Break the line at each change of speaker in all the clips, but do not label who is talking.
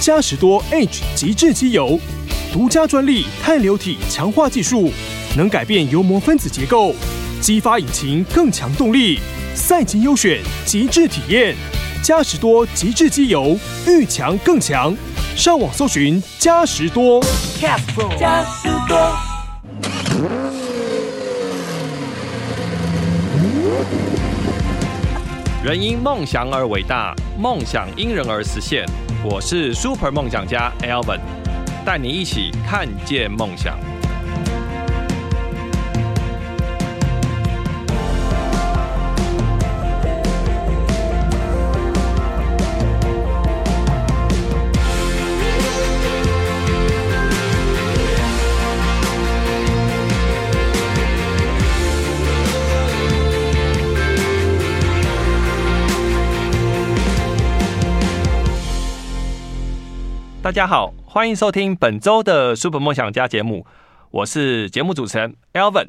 嘉实多 H 极致机油，独家专利碳流体强化技术，能改变油膜分子结构，激发引擎更强动力。赛级优选，极致体验，嘉实多极致机油，遇强更强。上网搜寻嘉实多。
加士多。
人因梦想而伟大，梦想因人而实现。我是 Super 梦想家 Alvin，带你一起看见梦想。大家好，欢迎收听本周的 Super 梦想家节目，我是节目主持人 Alvin。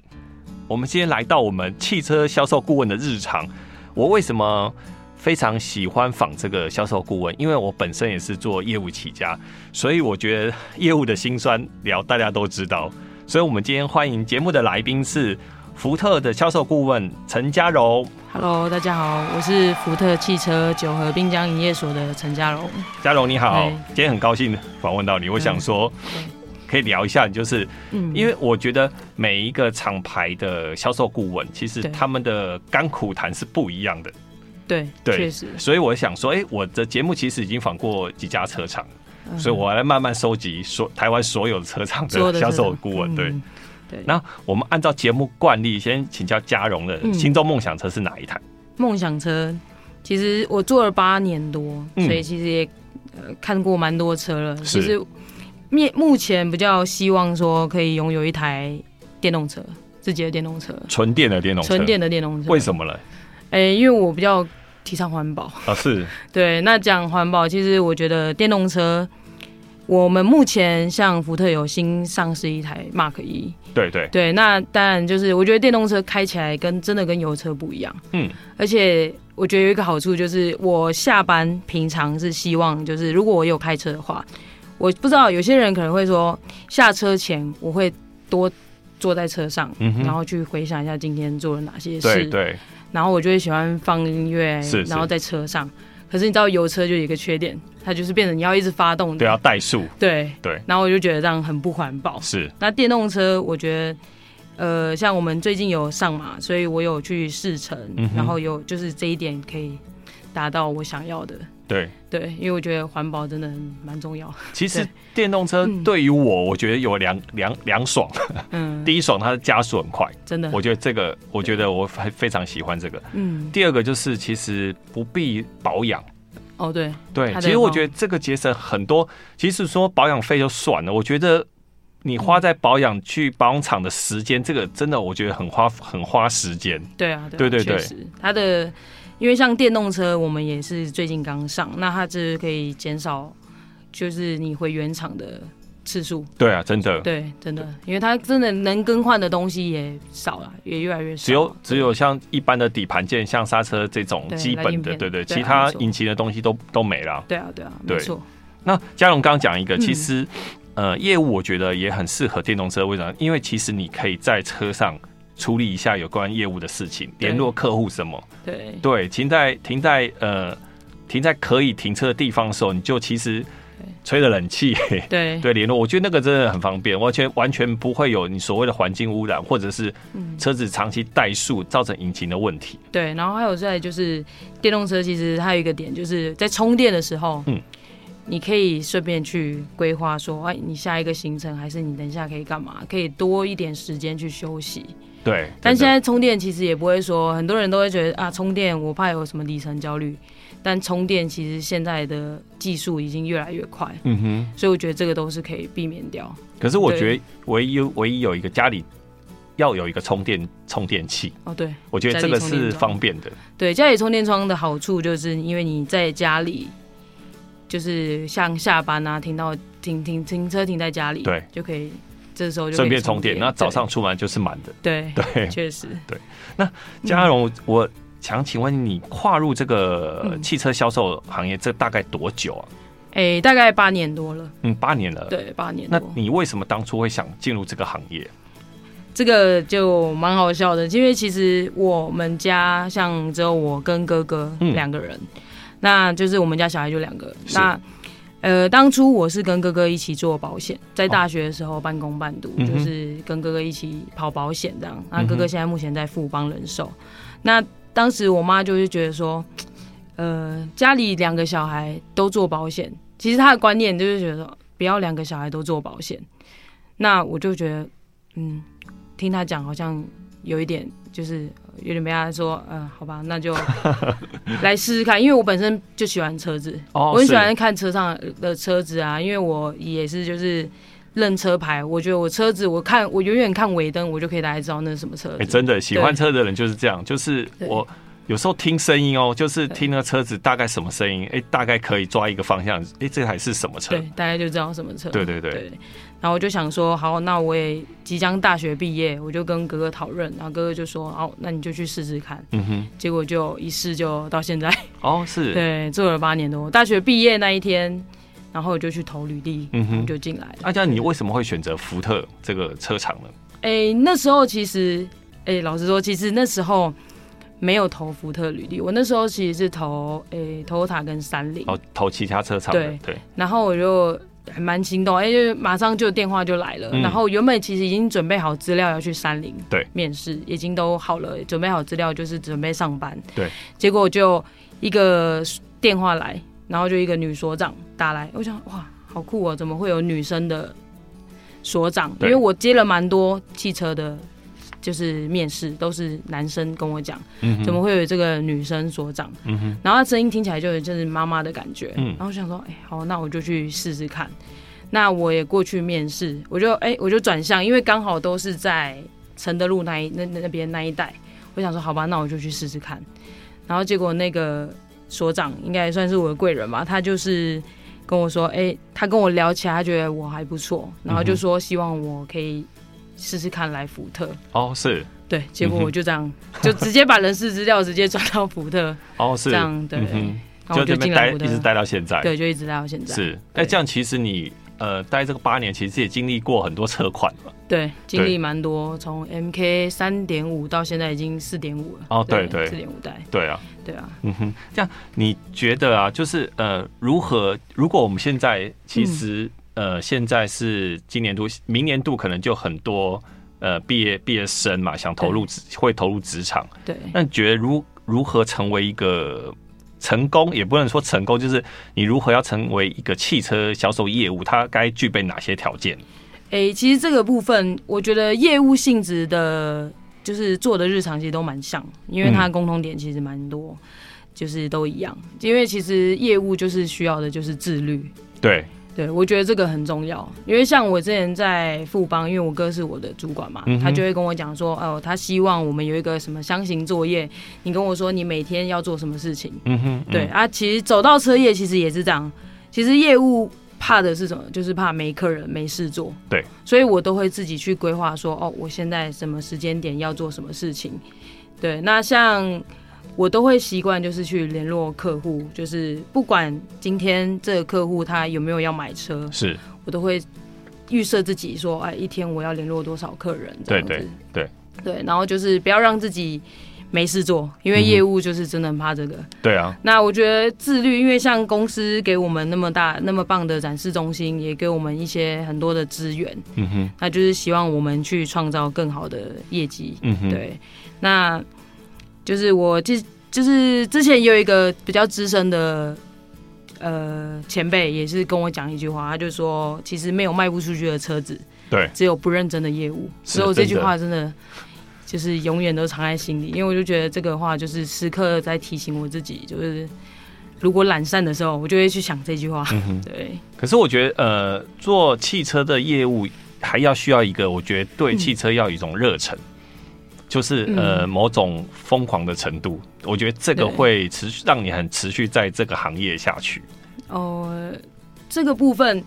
我们今天来到我们汽车销售顾问的日常。我为什么非常喜欢访这个销售顾问？因为我本身也是做业务起家，所以我觉得业务的辛酸聊大家都知道。所以我们今天欢迎节目的来宾是福特的销售顾问陈嘉柔。
Hello，大家好，我是福特汽车九和滨江营业所的陈家荣。
嘉柔你好
嗨，
今天很高兴访问到你，我想说
嗯
可以聊一下，就是
嗯
因为我觉得每一个厂牌的销售顾问，其实
对
他们的甘苦谈是不一样的，
对，
对
确实，
所以我想说，哎、我的节目其实已经访过几家车厂，
嗯
所以我来慢慢收集所台湾所有车厂
做
的
的
销
这
售
个
顾问。对，
嗯对，
那我们按照节目惯例，先请教嘉荣的
嗯
心中梦想车是哪一台？
梦想车，其实我做了八年多，
嗯
所以其实也、呃、看过蛮多车了。
是
其实面目前比较希望说可以拥有一台电动车，自己的电动车，
纯电的电动车？
纯电的电动车。
为什？么呢？
哎、因为我比较提倡环保。
啊，是
对，那讲环保，其实我觉得电动车，我们目前像福特有新上市一台 Mark 一，
对对，
对，那当然就是我觉得电动车开起来跟真的跟油车不一样，
嗯，
而且我觉得有一个好处就是我下班平常是希望就是如果我有开车的话，我不知道有些人可能会说下车前我会多坐在车上。
嗯
然
哼，
后去回想一下今天做了哪些事，
对对，
然后我就会喜欢放音乐，
是是
然后在车上。可是你知道油车就有一个缺点，它就是变成你要一直发动，
对，要代数，
对
对
然后我就觉得这样很不环保。
是
那电动车，我觉得，呃，像我们最近有上马，所以我有去试乘，
嗯哼
然后有就是这一点可以达到我想要的。
对。
对，因为我觉得环保真的蛮 重要。
其实
对
电动车
嗯
对于我，我觉得有两两两爽。
嗯，
第一爽，它的加速很快，
真的，
我觉得这个，我觉得我非非常喜欢这个。
嗯，
第二个就是其实不必保养，
哦，对，
对，
它的
其实我觉得这个节省很多。其实说保养费就算了，我觉得你花在保养去保养厂的时间，这个真的我觉得很花很花时间。
对啊，
对
对
对
啊
对
确实，它的因为像电动车，我们也是最近刚上，那它就是可以减少就是你回原厂的次数。
对啊，真的，
对，真的，因为它真的能更换的东西也少了，也越来越少。
只有只
对
有像一般的底盘件，像刹车这种
对
基
来
本
硬
的，
片
对对，
对啊
其他
没错
引擎的东西都都没了。
对啊，对啊，
对
没错，
那嘉荣刚刚讲一个，
嗯
其实、呃，业务我觉得也很适合电动车，为什么？因为其实你可以在车上处理一下有关业务的事情，
对
联络客户什么。
对，
对，停在停在呃停在可以停车的地方的时候，你就其实吹着冷 气。
对，
对，联络，我觉得那个真的很方便，完全完全不会有你所谓的环境污染，或者是
嗯，
车子长期怠速造成引擎的问题。
对。然后还有在就是电动车，其实它有一个点，就是在充电的时候，
嗯
嗯，你可以顺便去规划说，哎，你下一个行程还是你等一下可以干嘛，可以多一点时间去休息。
对，
但现
真的
在充电其实也不会说，很多人都会觉得啊，充电我怕有什么里程焦虑。但充电其实现在的技术已经越来越快，
嗯哼，
所以我觉得这个都是可以避免掉。
可是我
对
觉得唯一唯一有一个家里要有一个充电充电器。
哦，对，
我觉得这个是方便的，
对，家里充电桩的好处就是，因为你在家里，就是像下班啊，停到停停停车停在家里，
对，
就可以这时候就可以
顺便充电。那早上
对嗯
出门就是满的。
对，
对，
确实
对。嘉荣，我想请问你跨入这个
嗯
汽车销售行业，这大概多久啊？
哎、诶、大概八年多了，
嗯，八年了。
对，八年
那
多。
你为什么当初会想进入这个行业？
这个就蛮好笑的，因为其实我们家像只有我跟哥哥
嗯
两个人，那就是我们家小孩就两个。
是
那呃，当初我是跟哥哥一起做保险，在大学的时候半工半读，
嗯哼
就是跟哥哥一起跑保险这样。那
嗯哼
哥哥现在目前在富邦人寿。那当时我妈就是觉得说，呃，家里两个小孩都做保险，其实她的观念就是觉得说不要两个小孩都做保险。那我就觉得，嗯，听她讲好像有一点就是有点被她说，嗯、好吧，那就来试试看，因为我本身就喜欢车子，
哦
我很喜
是
欢看车上的车子啊，因为我也是就是。认车牌，我觉得我车子，我看我远远看尾灯，我就可以大概知道那是什么车
哎、
子。
真的喜欢车的人就是这样，就是
对
我有时候听声音哦，就是
对
听那车子大概什么声音，哎、大概可以抓一个方向，哎、这台是什么车
对？，大概就知道什么车。
对对对，
对，然后我就想说，好，那我也即将大学毕业，我就跟哥哥讨论，然后哥哥就说，哦，那你就去试试看。
嗯哼，
结果就一试就到现在，
哦是，
对，做了八年多。大学毕业那一天，然后我就去投履历，
嗯哼。
就进来了。
阿佳，你为什么会选择福特这个车厂呢？
哎、那时候其实，哎、老实说，其实那时候没有投福特履历，我那时候其实是投哎、Toyota 跟三菱，
哦，投其他车厂的，
对
对，
然后我就还蛮心动，哎、就马上就电话就来了。
嗯
然后原本其实已经准备好资料要去山林
对
面试，已经都好了，准备好资料就是准备上班。
对，
结果就一个电话来，然后就一个女所长打来，我想哇，好酷哦，怎么会有女生的所长？因
对
为我接了蛮多汽车的。就是面试都是男生跟我讲，
嗯
怎
哼，
么会有这个女生所长？
嗯哼，
然后他声音听起来就有就是妈妈的感觉，
嗯
然后我想说，哎、好，那我就去试试看。那我也过去面试，我就哎、我就转向，因为刚好都是在承德路那一那那那边那一带，我想说，好吧，那我就去试试看。然后结果那个所长应该也算是我的贵人吧，他就是跟我说，哎、他跟我聊起来，他觉得我还不错，然后
嗯
就
哼
说希望我可以试试看来福特。
哦是，
对，结
嗯
果
哼
我就这样，就直接把人事资料直接转到福特，
哦 是，
这样
嗯
对。然
哼，
后
就
我
这
进
边
来
待
我
一
的，
直待到现在，
对，就一直待到现在。，
是。
对
哎，这样其实你呃待这个八年，其实也经历过很多车款了。
对，经
对
历蛮多，从 MK 三点五到现在已经四点五了。
哦对对
四点五代，
对啊，
对啊，
嗯哼，这样你觉得啊，就是呃，如何？如果我们现在其
嗯
实、呃，现在是今年度、明年度可能就很多呃毕业毕业生嘛，想投入职会投入职场，
对。
那你觉得如如何成为一个成功？也不能说成功，就是你如何要成为一个汽车销售业务，它该具备哪些条件？
诶、其实这个部分，我觉得业务性质的，就是做的日常其实都蛮像，因为它的
嗯
共同点其实蛮多，就是都一样。因为其实业务就是需要的就是自律，
对，
对，我觉得这个很重要，因为像我之前在富邦，因为我哥是我的主管嘛，
嗯哼
他就会跟我讲说，哦，他希望我们有一个什么箱型作业，你跟我说你每天要做什么事情。
嗯哼，
对、
嗯，
啊，其实走到车业其实也是这样，其实业务怕的是什么？就是怕没客人、没事做。
对，
所以我都会自己去规划说，哦，我现在什么时间点要做什么事情。对，那像我都会习惯就是去联络客户，就是不管今天这个客户他有没有要买车，
是
我都会预设自己说，哎，一天我要联络多少客人
对
这样子。
对对
对，然后就是不要让自己没事做，因为
嗯哼
业务就是真的很怕这个。
对啊，
那我觉得自律，因为像公司给我们那么大、那么棒的展示中心，也给我们一些很多的资源，
嗯哼，
那就是希望我们去创造更好的业绩。
嗯哼，
对，那就是我就就是之前有一个比较资深的呃前辈，也是跟我讲一句话，他就说，其实没有卖不出去的车子，
对
只有不认真的业务。
是
所以我这句
真的
话真的。就是永远都藏在心里，因为我就觉得这个话就是时刻在提醒我自己，就是如果懒散的时候，我就会去想这句话。
嗯哼。
对，
可是我觉得，呃，做汽车的业务还要需要一个，我觉得对
嗯
汽车要有一种热忱，就是呃
嗯
某种疯狂的程度。我觉得这个
对
会持续让你很持续在这个行业下去。
哦，这个部分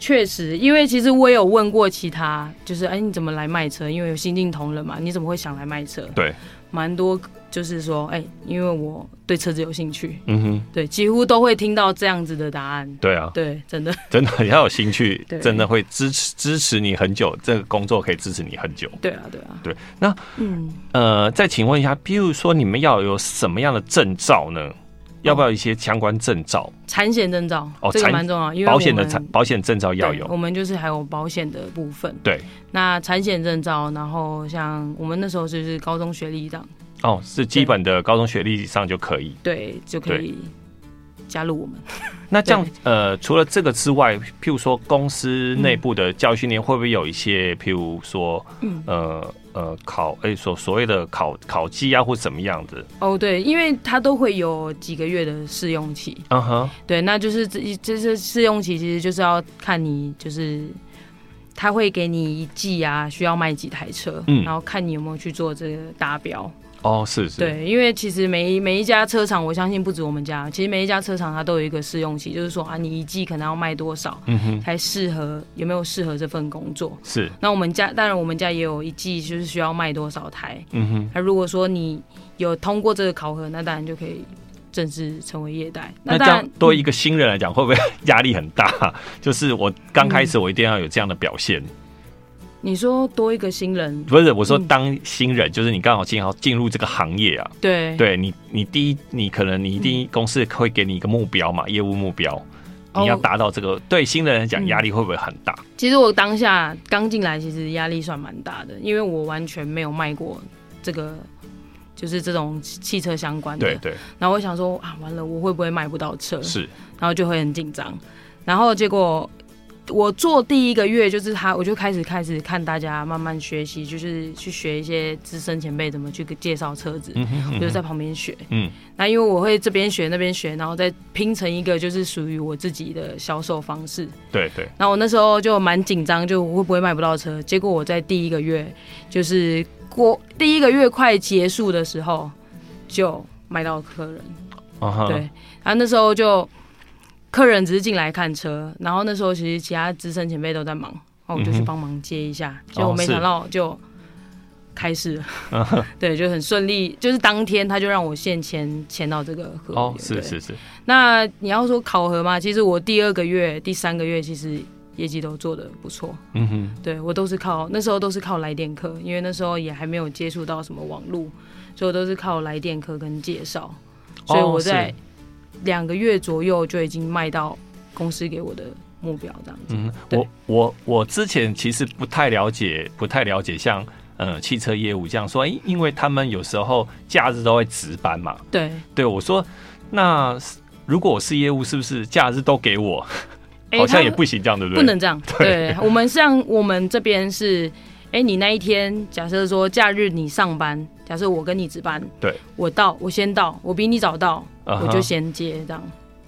确实，因为其实我也有问过其他，就是哎，你怎么来卖车？因为有新进同仁嘛，你怎么会想来卖车？
对，
蛮多就是说，哎、因为我对车子有兴趣，
嗯哼，
对，几乎都会听到这样子的答案。
对啊，
对，真的，
真的你要有兴趣
对，
真的会支持支持你很久，这个工作可以支持你很久。
对啊，对啊，
对那
嗯，
呃，再请问一下，比如说你们要有什么样的证照
哦
呢？要不要一些相关证照？
产险证照
哦
这个
产
蛮重要，因为
保险的
我们
产保险证照要
对我
有，
们就是还有保险的部分。
对，
那产险证照，然后像我们那时候就是高中学历档，
哦，是基本的高中学历以上就可以。
对，就可以加入我们。
那这样，呃，除了这个之外，譬如说公司内部的教育训练，会不会有一些，譬如说，
嗯
呃呃，考诶、所所谓的考考绩啊，或怎么样的？
哦，对，因为它都会有几个月的试用期，
嗯哼，
对，那就是这这这试用期其实就是要看你就是。他会给你一季啊，需要卖几台车，
嗯
然后看你有没有去做这个达标。
哦，是是，
对，因为其实每一每一家车厂，我相信不止我们家，其实每一家车厂它都有一个试用期，就是说啊，你一季可能要卖多少，
嗯哼，
才适合有没有适合这份工作。
是，
那我们家当然我们家也有一季就是需要卖多少台，
嗯哼，
那如果说你有通过这个考核，那当然就可以正式成为业代。
那这
当然
样对一个新人来讲，会不会压力很大？ 就是我刚开始，我一定要有这样的表现。
你说多一个新人，
不是，我说
嗯
当新人，就是你刚好进好进入这个行业啊，
对
对你，你第一，你可能你一定公司会给你一个目标嘛，业务目标，
哦
你要达到这个。对新人来讲，
嗯
压力会不会很大？
其实我当下刚进来，其实压力算蛮大的，因为我完全没有卖过这个。就是这种汽车相关的，
对对，
然后我想说啊，完了，我会不会卖不到车？
是，
然后就会很紧张。然后结果我做第一个月，就是他，我就开始开始看大家慢慢学习，就是去学一些资深前辈怎么去介绍车子，
嗯哼
我
嗯
就
哼
在旁边学。
嗯，
那因为我会这边学那边学，然后再拼成一个就是属于我自己的销售方式。
对对，
那我那时候就蛮紧张，就会不会卖不到车？结果我在第一个月，就是过第一个月快结束的时候，就卖到客人。
啊哈，
对，然后那时候就客人只是进来看车，然后那时候其实其他资深前辈都在忙，然后我就
嗯
去
哼哦
帮忙接一下，结果没想到就开始了，
啊哈
对，就很顺利，就是当天他就让我现签签到这个合约。
哦，是
对。
是是，
那你要说考核嘛，其实我第二个月、第三个月其实业绩都做的不错，
嗯哼，
对我都是靠那时候都是靠来电客，因为那时候也还没有接触到什么网络，所以我都是靠来电客跟介绍，所以我在
哦是
两个月左右就已经卖到公司给我的目标这样子。
嗯，
对
我我我之前其实不太了解，不太了解像呃汽车业务这样说，因因为他们有时候假日都会值班嘛。
对，
对我说，那如果我是业务，是不是假日都给我？
哎
好
他
像也不行，这样对不对？
不能这样。对我们像我们这边是，哎、你那一天假设说假日你上班，假设我跟你值班，
对，
我到我先到，我比你早到，
啊哈
我就先接这样。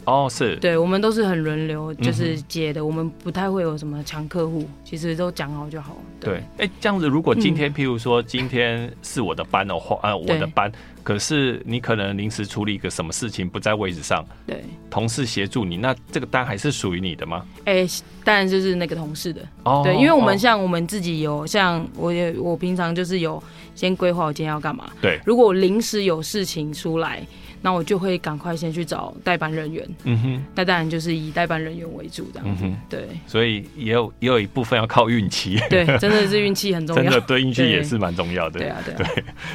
哦，是
对，我们都是很轮
嗯
流就是接的，我们不太会有什么抢客户，其实都讲好就好。
对，哎、这样子，如果今天、譬如说今天是我的班的话，呃，我
嗯对
的班，可是你可能临时处理一个什么事情不在位置上，
对，
同事协助你，那这个单还是属于你的吗？
哎、当然就是那个同事的，
哦，
对，因为我们
哦
像我们自己有，像我也我平常就是有先规划我今天要干嘛。
对
如果我临时有事情出来，那我就会赶快先去找代班人员。
嗯哼，
那当然就是以代班人员为主这样子。
嗯哼
对
所以也有也有一部分要靠运 气，
对，真的是运气很重
真
要
的。对运气也是蛮重要
对
的，
啊对啊，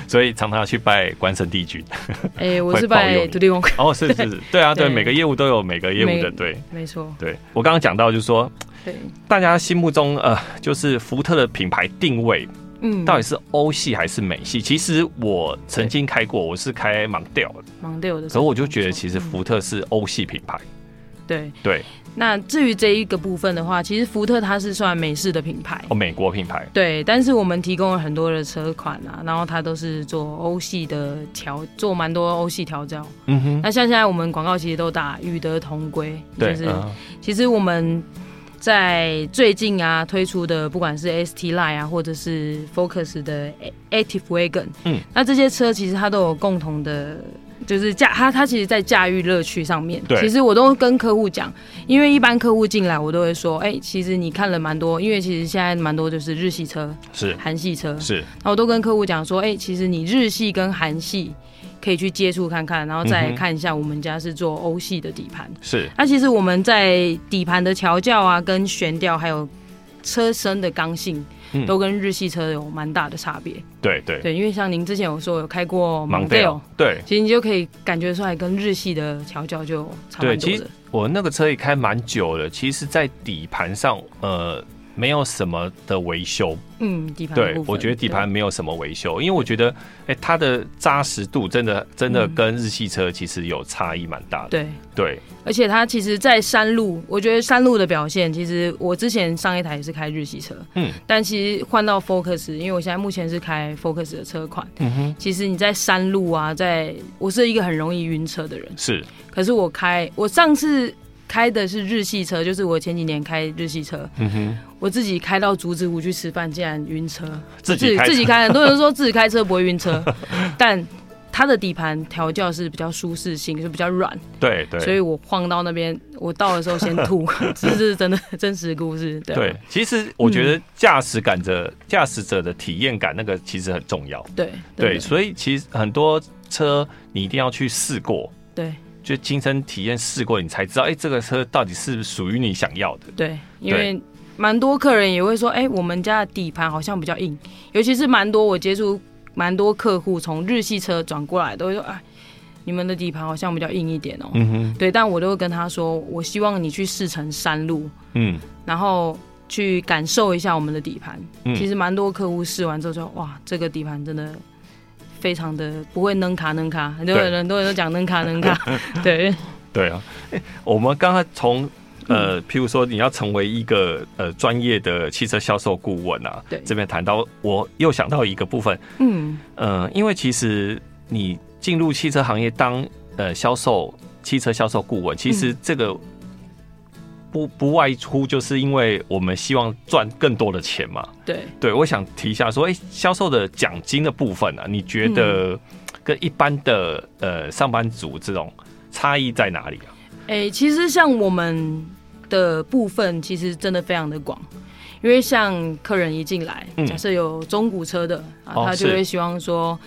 所以常常要去拜关圣帝 君。
哎、我
会
是
保佑
拜
你
土地公，
哦，是是是，对啊，对，
对
每个业务都有每个业务
每
的，对
没错，
对。我刚刚讲到就是说，
对，
大家心目中呃，就是福特的品牌定位
嗯，
到底是欧系还是美系？其实我曾经开过，我是开盲调的，
忙对我的
可
时
是
候，
我就觉得其实
嗯
福特是欧系品牌，
对。
对，
那至于这一个部分的话，其实福特它是算美式的品牌，
哦，美国品牌，
对，但是我们提供了很多的车款啊，然后它都是做欧系的调，做蛮多欧系调教。
嗯哼，
那像现在我们广告其实都打与德同归，
对
就，是、
嗯
其实我们在最近啊推出的，不管是 ST Line 啊，或者是 Focus 的 Active Wagon，
嗯，
那这些车其实它都有共同的。就是驾它，它其实，在驾驭乐趣上面，
对
其实我都跟客户讲，因为一般客户进来，我都会说，哎、其实你看了蛮多，因为其实现在蛮多就是日系车、
是
韩系车，
是，
那我都跟客户讲说，哎、其实你日系跟韩系可以去接触看看，然后
嗯
再
哼
看一下我们家是做欧系的底盘。
是
那、其实我们在底盘的调教啊、跟悬吊，还有车身的刚性
嗯，
都跟日系车有蛮大的差别。
对对，
对，因为像您之前有说有开过
Mondeo，
Mondeo，
对
其实你就可以感觉出来跟日系的调教就差
对，
蛮
其
多
实
的。
我那个车也开蛮久了，其实，在底盘上，呃，没有什么的维修，
嗯，底盘的
对
部分
我觉得底盘没有什么维修，因为我觉得，哎、它的扎实度真的真的
嗯
跟日系车其实有差异蛮大的，
对。对
对，
而且它其实，在山路，我觉得山路的表现，其实我之前上一台也是开日系车，
嗯
但其实换到 Focus，因为我现在目前是开 Focus 的车款，
嗯哼，
其实你在山路啊，在我是一个很容易晕车的人，
是
可是我开我上次开的是日系车，就是我前几年开日系车，
嗯哼，
我自己开到竹子湖去吃饭，竟然晕车，
自己开
自己
车
开，很多人说自己开车不会晕车， 但它的底盘调教是比较舒适性，就比较软，
对对，
所以我晃到那边，我到的时候先 吐，这是真的真实故事。对
对，其实我觉得驾驶感着驾驶者的体验感，那个其实很重要。
对
对，
对
所以其实很多车你一定要去试过，
对
就亲身体验试过，你才知道，哎、这个车到底是不是属于你想要的。
对，因为蛮多客人也会说，哎、我们家的底盘好像比较硬，尤其是蛮多我接触蛮多客户从日系车转过来，都会说，哎，你们的底盘好像比较硬一点哦、
嗯哼，
对，但我都会跟他说，我希望你去试乘山路，
嗯
然后去感受一下我们的底盘。
嗯
其实蛮多客户试完之后说，哇，这个底盘真的非常的不会扔卡扔卡，很多
对
人很多人都讲扔卡 扔卡，对
对啊。哎、我们刚刚从呃，譬如说你要成为一个呃专业的汽车销售顾问啊，
对
这边谈到，我又想到一个部分，
嗯，
呃，因为其实你进入汽车行业当呃销售汽车销售顾问，其实这个不不外乎就是因为我们希望赚更多的钱嘛。
对。
对，我想提一下说，哎、销售的奖金的部分啊，你觉得跟一般的呃上班族这种差异在哪里啊？
哎、其实像我们的部分，其实真的非常的广，因为像客人一进来，
嗯
假设有中古车的，啊，
哦
他就是会希望说，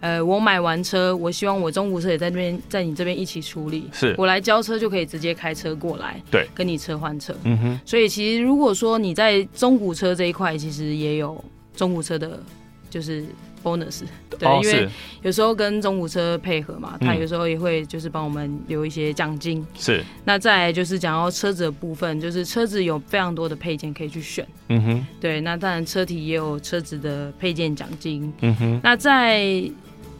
呃，我买完车，我希望我中古车也在那边，在你这边一起处理，
是
我来交车就可以直接开车过来，
对，
跟你车换车。
嗯哼，
所以其实如果说你在中古车这一块，其实也有中古车的，就是 bonus，对，
哦
因为
是
有时候跟中古车配合嘛，他
嗯
有时候也会就是帮我们留一些奖金。
是，
那再来就是讲到车子的部分，就是车子有非常多的配件可以去选，
嗯哼，
对，那当然车体也有车子的配件奖金。
嗯哼，
那在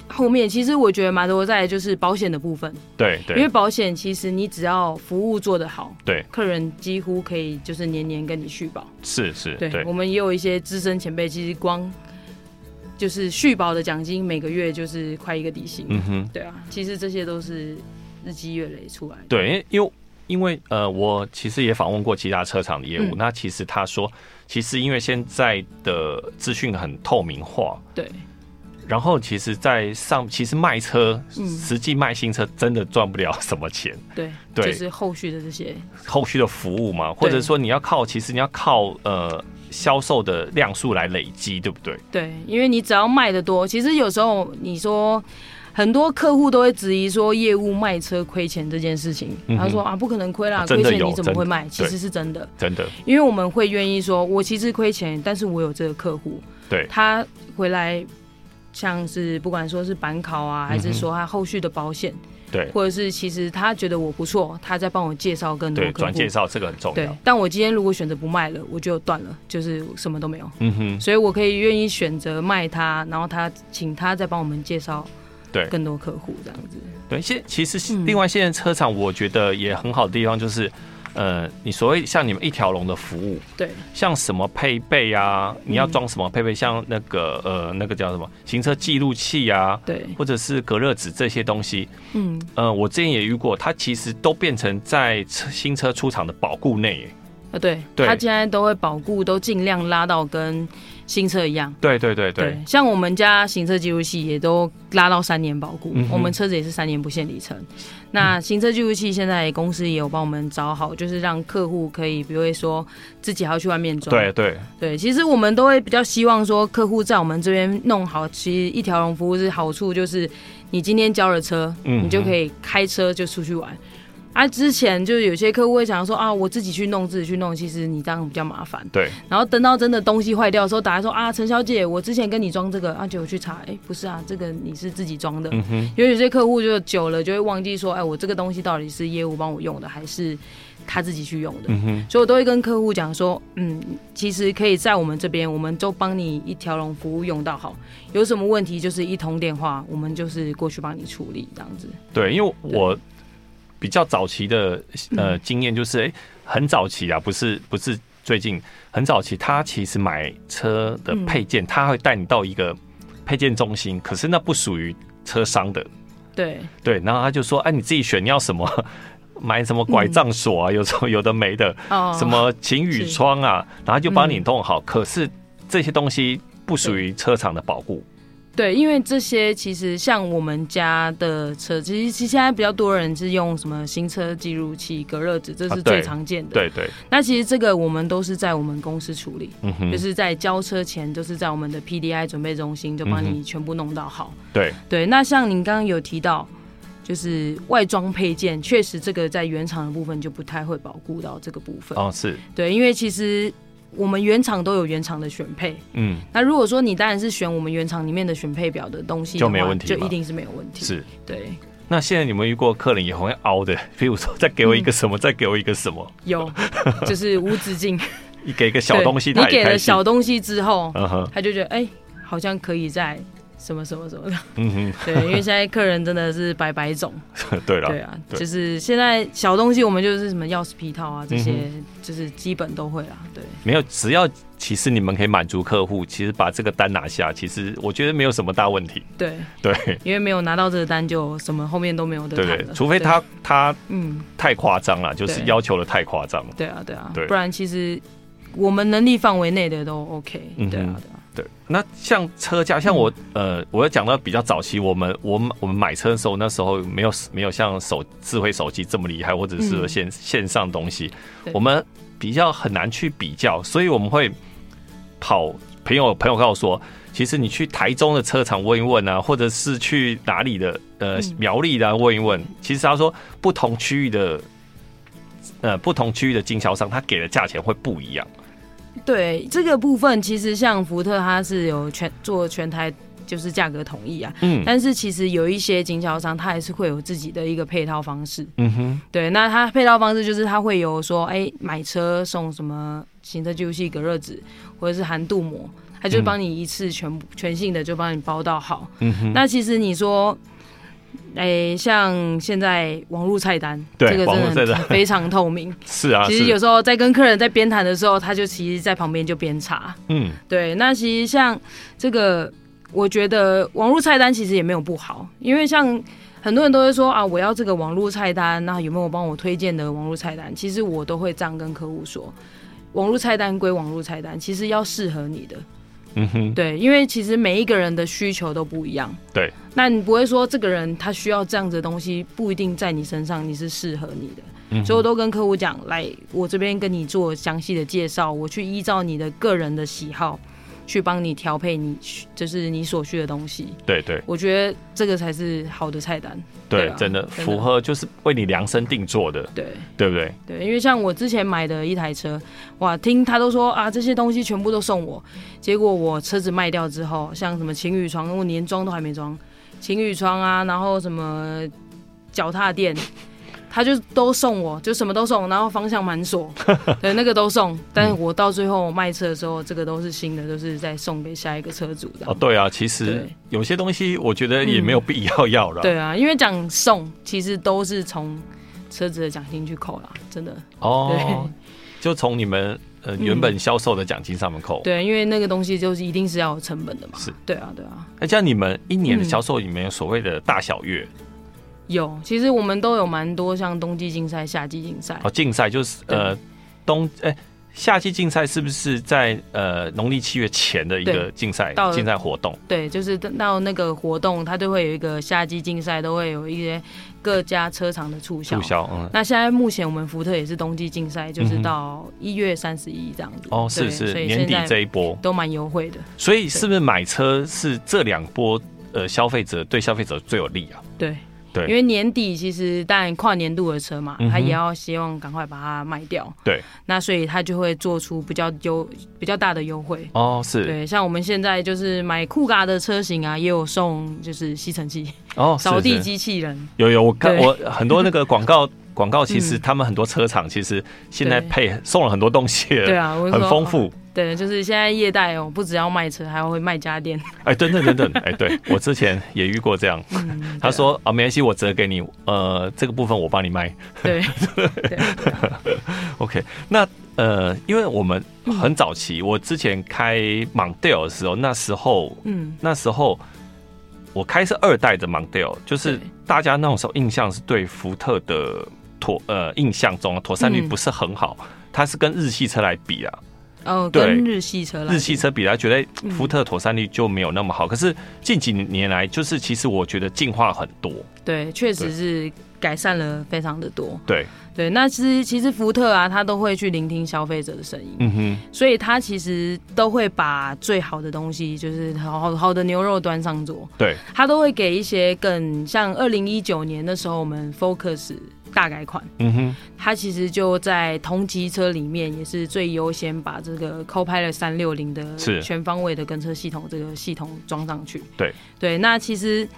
后面，其实我觉得蛮多在就是保险的部分，
对
因为
对
保险其实你只要服务做得好，
对，
客人几乎可以就是年年跟你续保。
是是，
对，我们也有一些资深前辈，其实光就是续保的奖金每个月就是快一个底薪，
嗯哼。
对啊，其实这些都是日积月累出来的。
对，因为因为因为呃，我其实也访问过其他车厂的业务，
嗯
那其实他说，其实因为现在的资讯很透明化，
对
然后其实，在上其实卖车，
嗯
实际卖新车真的赚不了什么钱，
对
对
就是后续的这些
后续的服务嘛，或者说你要靠，其实你要靠呃销售的量数来累积，对不对？
对，因为你只要卖的多，其实有时候你说很多客户都会质疑说业务卖车亏钱这件事情，
嗯哼
他说啊不可能亏啦，
啊真
亏
的
钱
有
你怎么会卖？
真
其
的
实是真的，
真的，
因为我们会愿意说，我其实亏钱，但是我有这个客户，
对
他回来。像是不管说是板考啊，还
嗯
是
哼
说他后续的保险，
对
或者是其实他觉得我不错，他在帮我介绍更多
对，
客
转
户。
介绍这个很重
对
要。，
但我今天如果选择不卖了，我就断了，就是什么都没有。
嗯哼，
所以我可以愿意选择卖它，然后他请他再帮我们介绍
对
更多客户这样子。
对，现其实
嗯
另外现在车厂我觉得也很好的地方就是，呃，你所谓像你们一条龙的服务，
对
像什么配备啊，你
嗯
要装什么配备，像那个呃那个叫什么行车记录器啊，
对，
或者是隔热纸这些东西，
嗯，
呃，我之前也遇过，它其实都变成在车新车出厂的保固内。哎
啊对，
对
他现在都会保固，都尽量拉到跟新车一样。
对对对对，
像我们家行车记录器也都拉到三年保固，
嗯哼嗯
我们车子也是三年不限里程。那行车记录器现在公司也有帮我们找好，就是让客户可以，比如说自己还要去外面装。
对对
对，其实我们都会比较希望说，客户在我们这边弄好，其实一条龙服务是好处就是，你今天交了车，
嗯
你就可以开车就出去玩。啊，之前就是有些客户会想说啊，我自己去弄，自己去弄，其实你这样比较麻烦。
对，
然后等到真的东西坏掉的时候，打来说啊，陈小姐，我之前跟你装这个，啊，结果去查，哎，不是啊，这个你是自己装的。
嗯哼，
因为有些客户就久了就会忘记说，哎，我这个东西到底是业务帮我用的，还是他自己去用的？
嗯哼，
所以我都会跟客户讲说，嗯，其实可以在我们这边，我们都帮你一条龙服务用到好，有什么问题就是一通电话，我们就是过去帮你处理这样子。
对，因为我比较早期的
嗯
呃经验就是，哎、很早期啊，不是不是最近，很早期，他其实买车的配
嗯
件，他会带你到一个配件中心，可是那不属于车商的，
对，
对，然后他就说，哎、你自己选你要什么， 买什么拐杖锁啊，有什么有的没的，
嗯哦嗯
什？么晴雨窗啊，然后就帮你弄好。可是这些东西不属于车厂的保护。
对，因为这些其实像我们家的车，其实其实现在比较多人是用什么行车记录器、隔热纸，这
啊
是
对
最常见的。
对对，
那其实这个我们都是在我们公司处理。
嗯哼，
就是在交车前，就是在我们的 PDI 准备中心就帮
嗯
你全部弄到好。
对
对，那像您刚刚有提到，就是外装配件，确实这个在原厂的部分就不太会保护到这个部分。
哦是，
对，因为其实我们原厂都有原厂的选配，
嗯
那如果说你当然是选我们原厂里面的选配表的东西的
就
话，
没有问题
就
嘛
一定是没有问题。，
是。
对，
那现在你们遇过客人也很会凹的， 比如说再给我一个
嗯
什么，再给我一个什么，
有，就是无止境。
你给一个 小
对
东西，
你
他也
给
开
了
心
小。东西之后，
嗯哼，
他就觉得哎、好像可以在什么什么 什么的。
嗯
对，因为现在客人真的是百百种，
哼， 对了，
对啊，
对
就是现在小东西我们就是什么钥匙皮套啊这些
嗯，
就是基本都会啦，对，
没有，只要其实你们可以满足客户，其实把这个单拿下，其实我觉得没有什么大问题。
对，
对
因为没有拿到这个单就什么后面都没有得
对
谈
对
了，，
除非
对，
他他
嗯，
太夸张了，就是
对
要求的太夸张了。
对啊对啊
对，
不然其实我们能力范围内的都 OK，
嗯哼
对啊对啊，
对，那像车价，像我
嗯
呃，我要讲到比较早期，我们我们我们买车的时候，那时候没有没有像手智慧手机这么厉害，或者是说
嗯
线、线上东西，
对
我们比较很难去比较，所以我们会跑朋友朋友告诉我，其实你去台中的车厂问一问啊，或者是去哪里的呃
嗯
苗栗的、啊、问一问，其实他说不同区域的。呃，不同区域的经销商，他给的价钱会不一样。
对这个部分其实像福特它是有全做全台就是价格统一啊，
嗯
但是其实有一些经销商他还是会有自己的一个配套方式，
嗯哼，
对，那它配套方式就是它会有说，哎、买车送什么行车记录器、隔热纸，或者是含镀膜，它就帮你一次全、部全性的就帮你包到好。
嗯哼，
那其实你说，哎、像现在网络菜单，
对
这个
网络菜
真的
单
很 非常透明。
是 啊，
其实
是
有时候在跟客人在边谈的时候，他就其实在旁边就边查。
嗯，
对，那其实像这个，我觉得网络菜单其实也没有不好，因为像很多人都会说啊，我要这个网络菜单，那有没有帮我推荐的网络菜单？其实我都会这样跟客户说。网络菜单归网络菜单，其实要适合你的，
嗯哼，
对，因为其实每一个人的需求都不一样，
对，
那你不会说这个人他需要这样子的东西，不一定在你身上你是适合你的，
嗯
所以我都跟客户讲，来，我这边跟你做详细的介绍，我去依照你的个人的喜好，去帮你调配你需就是你所需的东西。
对对
我觉得这个才是好的菜单。对
对
啊，
真的
真的
符合就是为你量身定做的，
对
对不对？
对，因为像我之前买的一台车，哇，听他都说啊，这些东西全部都送我，结果我车子卖掉之后，像什么晴雨窗，我连装都还没装，晴雨窗啊，然后什么脚踏垫。他就都送我，就什么都送，然后方向盘锁，对，那个都送。但是我到最后卖车的时候，这个都是新的，都、是再送给下一个车主的。
哦，对啊，其实
对
有些东西我觉得也没有必要要了。
对啊，因为讲送，其实都是从车子的奖金去扣啦，真的。
哦，就从你们呃原本销售的奖金上面扣。
嗯对，因为那个东西就是一定是要有成本的嘛。
是，
对啊，对啊，
那像你们一年的
嗯
销售里面有所谓的大小月
有。其实我们都有蛮多像冬季竞赛、夏季竞赛
哦，，竞赛就是呃冬哎夏季竞赛是不是在呃农历七月前的一个
对
竞赛
到了
竞赛活动？
对，就是到那个活动，它都会有一个夏季竞赛，都会有一些各家车厂的促销。
促销嗯。
那现在目前我们福特也是冬季竞赛，就
嗯
是
哼
到一月三十一这样子。
哦，是
对
是
所以
年
现
底
在
这一波，
都蛮优惠的。
所以是不是买车是这两波呃消费者对消费者最有利啊。
对
对
因为年底其实但跨年度的车嘛，
嗯哼
他也要希望赶快把它卖掉，
对，
那所以他就会做出比较优比较大的优惠。
哦，是
对，像我们现在就是买酷咖的车型啊，也有送就是吸尘器、
哦，是
扫地
是
机器人，
有有，我看
对
我很多那个广 告广告，其实
嗯
他们很多车厂其实现在
对
配送了很多东西了，
对啊，我就
很
说
丰。富。
对，就是现在业代哦，不只要卖车，还会卖 家电。
哎，等等等等，哎，对 我之前也遇过这样，
嗯
他说啊，没关系，我折给你，呃，这个部分我帮你卖。
对
OK，那呃，因为我们
嗯
很早期，我之前开 Mondeo 的时候，那时候
嗯，
那时候我开是二代的 Mondeo，就是
对
大家那种时候印象是对福特的妥呃印象中啊，妥善率
嗯
不是很好，它是跟日系车来比啊，
哦，
对
跟日系车啦
日，系车比来觉得
嗯
福特妥善率就没有那么好。可是近几年来，就是其实我觉得进化很多，
对，确实是改善了非常的多。
对，
对，那其实其实福特啊，他都会去聆听消费者的声音，
嗯哼，
所以他其实都会把最好的东西，就是好好好的牛肉端上桌，
对，
他都会给一些更像二零一九年的时候，我们 Focus 大改款，
嗯哼，
它其实就在同级车里面也是最优先把这个 Copilot 三六零的
是
全方位的跟车系统这个系统装上去。
对
对，那其实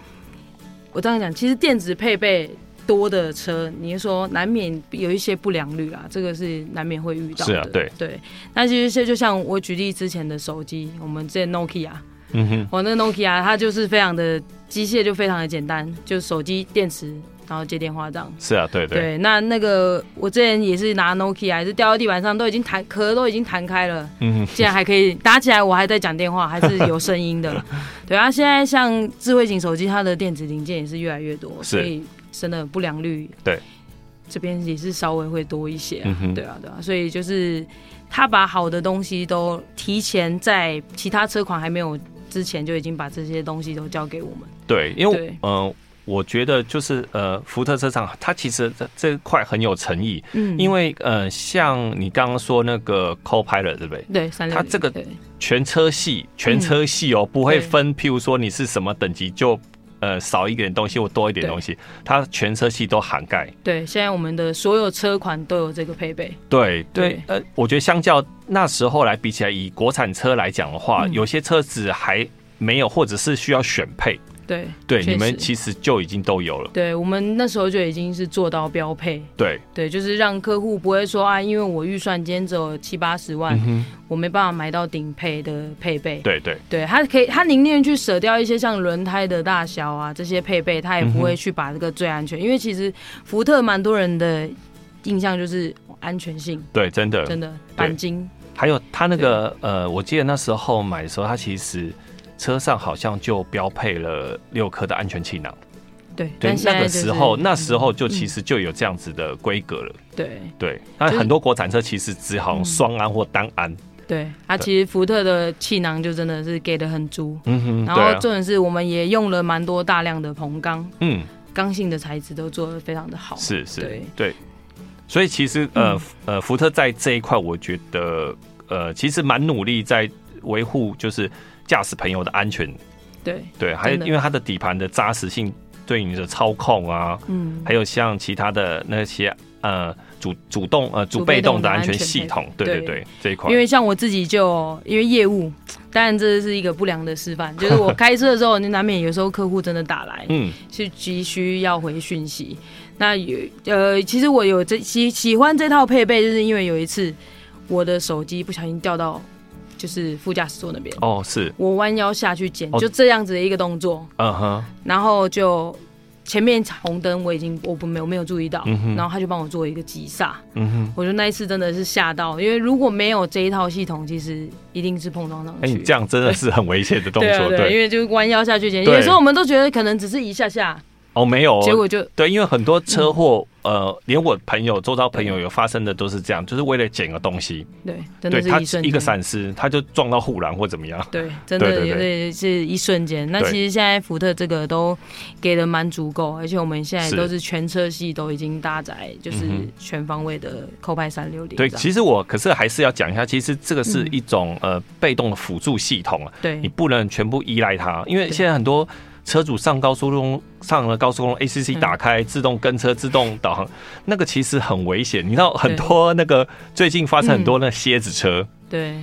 我这样讲，其实电子配备多的车，你是说难免有一些不良率啊啦，这个是难免会遇到的。
是啊对
对，那其实就就像我举例之前的手机，我们之前 Nokia，
嗯哼，
我那个 Nokia 它就是非常的机械，就非常的简单，就手机、电池，然后接电话这样。
是啊，对对，
对，那那个我之前也是拿 Nokia，也是掉到地板上，都已经弹壳都已经弹开了，
嗯
竟然还可以打起来，我还在讲电话，还是有声音的。 对啊，现在像智慧型手机，它的电子零件也是越来越多，
是
所以真的不良率
对
这边也是稍微会多一些啊、
嗯哼
对啊，对啊，所以就是他把好的东西都提前在其他车款还没有之前就已经把这些东西都交给我们。
对，因为
对
嗯、呃我觉得就是呃，福特车厂它其实这这块很有诚意，
嗯
因
为
为呃，像你刚刚说那个 Copilot 对不对？
对三六，
它这个
对
全车系全车系哦，不会
对
分，譬如说你是什么等级就。呃，少一点东西或多一点
对
东西，它全车系都涵盖。
对，现在我们的所有车款都有这个配备。
对对
对，
呃，我觉得相较那时候来比起来，以国产车来讲的话，
嗯
有些车子还没有，或者是需要选配。
对
对，
确
你们
实
其实就已经都有了。
对，我们那时候就已经是做到标配，
对，
对，就是让客户不会说啊，因为我预算今天只有七八十万，
嗯哼，
我没办法买到顶配的配备。
对对
对，他可以，他宁愿去舍掉一些像轮胎的大小啊这些配备，他也不会去把这个最安全，因为其实福特蛮多人的印象就是安全性，
对，真的。
真的钣金，
还有它那个呃，我记得那时候买的时候，它其实车上好像就标配了六颗的安全气囊。
对，
对
但，现
那
在
个
就是嗯
时候那时候就其实就有这样子的规格了。
对
对，那
嗯就是
很多国产车其实只好像
嗯
双安或单安。
对，啊，
对
其实福特的气囊就真的是给的很足，
嗯哼，
然
对
后
啊，
重点是我们也用了蛮多大量的硼钢，
嗯。
刚性的材质都做的非常的好，
是是，
对嗯
所以其实呃、呃，福特在这一块，我觉得呃，其实蛮努力在维护就是驾驶朋友的安全，
对，
对，还有
真的
因为它的底盘的扎实性对你的操控啊，
嗯，
还有像其他的那些呃主主动呃主被动的安全系统，对对
对
对，这一块
因为像我自己就因为业务，当然这是一个不良的 示范，就是我开车的时候，你难免有时候客户真的打来，
嗯
是急需要回讯息。那有呃，其实我有这喜喜欢这套配备，就是因为有一次我的手机不小心掉到就是副驾驶座那边，
哦是
我弯腰下去捡，
哦
就这样子的一个动作，
嗯哼
然后就。前面红灯我已经我不没有没有注意到，
嗯哼
然后他就帮我做一个急刹，
嗯哼，
我觉得那一次真的是吓到，因为如果没有这一套系统，其实一定是碰撞上
哎、
去。
你这样真的是很危险的动
对啊
作，
对啊，因为就是弯腰下去捡，
对
有时候我们都觉得可能只是一下下，
哦没有哦，
结果嗯就
对，因为很多车祸，呃，连我朋友、周遭朋友有发生的都是这样，就是为了捡个东西，
对，真
对
的
他
是一瞬
一
间
个，闪失，他就撞到护栏或怎么样。
对，真
对
的
对
有
对
点是一瞬间。那
对
其实现在福特这个都给的蛮足够，而且我们现在
是
都是全车系都已经搭载，就是
嗯哼
全方位的扣拍三六零。
对，其
实
实我可是还是要讲一下，其实这个是
嗯
一种、呃被动的辅助系统啊，你
对
不能全部依赖它，因为
对
现在很多车主上高速公上了高速公路 ACC
嗯
打开、自动跟车、自动导航，那个其实很危险。你知道很多那个最近发生很多那蝎子车，
嗯对，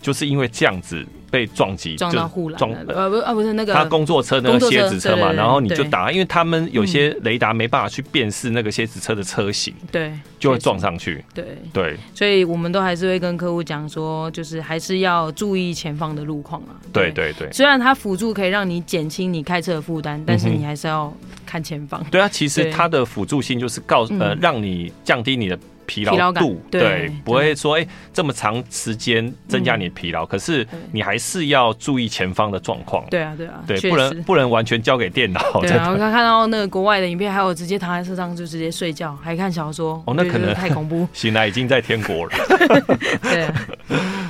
就是因为这样子被撞击，
撞
就是
到护栏
撞
了，呃不啊不是那个
他工作车那
工
个
作车
蝎子车
对
嘛，
对对
然后你就
对嗯
打，因为他们有些雷达没办法去辨识那个蝎子车的车型，
对
就会撞上去。
对，
对
所以我们都还是会跟客户讲说，就是还是要注意前方的路况啊。
对对对
虽然它辅助可以让你减轻你开车的负担，但
嗯
是
哼
你还是要看前方。
对啊，其实
对
它的辅助性就是告呃，
嗯
让你降低你的疲
疲
劳
劳感
度，
对
对，不
真
会说哎这么长时间增加你的疲劳，可是你还是要注意前方的状况。
嗯对啊，对啊，
对，
确
不能哦
实。
不能完全交给电脑，
对
真
啊，我
的
刚看到那个国外的影片，还有直接躺在车上就直接睡觉，还看小说，
哦那
我觉得
可能。
太恐怖
醒来已经在天国 了。
对啊，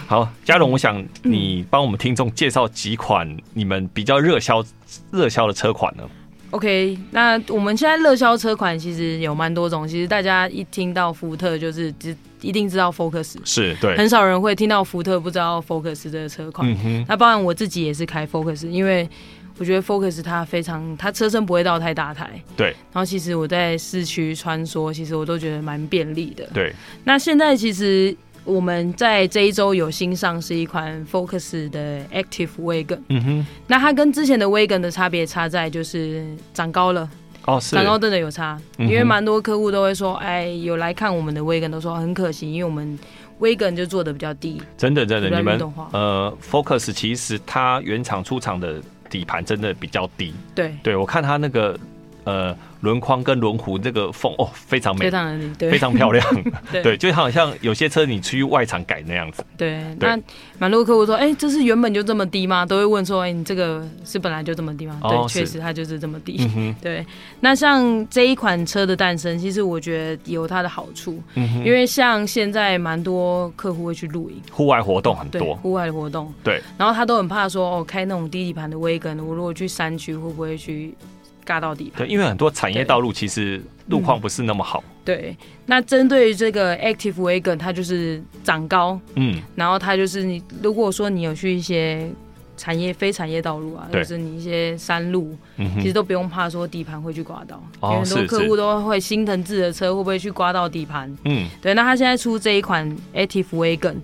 好，嘉荣，我
嗯
想你帮我们听众介绍几款你们比较热销热销的车款呢？
OK，那我们现在热销车款其实有蛮多种，其实大家一听到福特就是只一定知道 Focus，
是对，
很少人会听到福特不知道 Focus 这个车款。
嗯哼，
那包含我自己也是开 Focus，因为我觉得 Focus 它非常，它车身不会到太大台。
对
然后其实我在市区穿梭，其实我都觉得蛮便利的。
对，
那现在其实我们在这一周有新上是一款 Focus 的 Active Wagon，
嗯哼，
那它跟之前的 Wagon 的差别差在就是长高了，
哦是，
长高真的有差，
嗯哼
因为蛮多客户都会说，哎，有来看我们的 Wagon 都说很可惜，因为我们 Wagon 就做的比较低，
真的真的，
比
你
较运
们
动化
呃，Focus 其实它原厂出厂的底盘真的比较低，
对，
对我看它那个呃轮框跟轮毂这个缝哦非常美
非，常的低，对
非，常漂 亮，
对
对，就好像有些车你去外厂改那样子，
对，
对
那蛮多客户说，哎、这是原本就这么低吗？都会问说，哎、你这个是本来就这么低吗？
哦
对，
是
确实它就是这么低。
嗯哼，
对，那像这一款车的诞生，其实我觉得有它的好处，
嗯哼，
因为像现在蛮多客户会去露营，
户外活动很
对，
多，
户外的活动，
对，
然后他都很怕说，哦，开那种低底盘的威根，我如果去山区会不会去尬到底
对，？
盘
因为很多产业
对
道路其实路况不是那么好，
对，那针对于这个 Active Wagon，它就是长高，
嗯，
然后它就是你，如果说你有去一些产业非产业道路啊，
对
就是你一些山路，
嗯
其实
哼，
都不用怕说底盘会去刮到，
哦
因为很
是
多客
是
户都会心疼自己的车会不会去刮到底盘。
嗯，
对，那它现在出这一款 Active Wagon，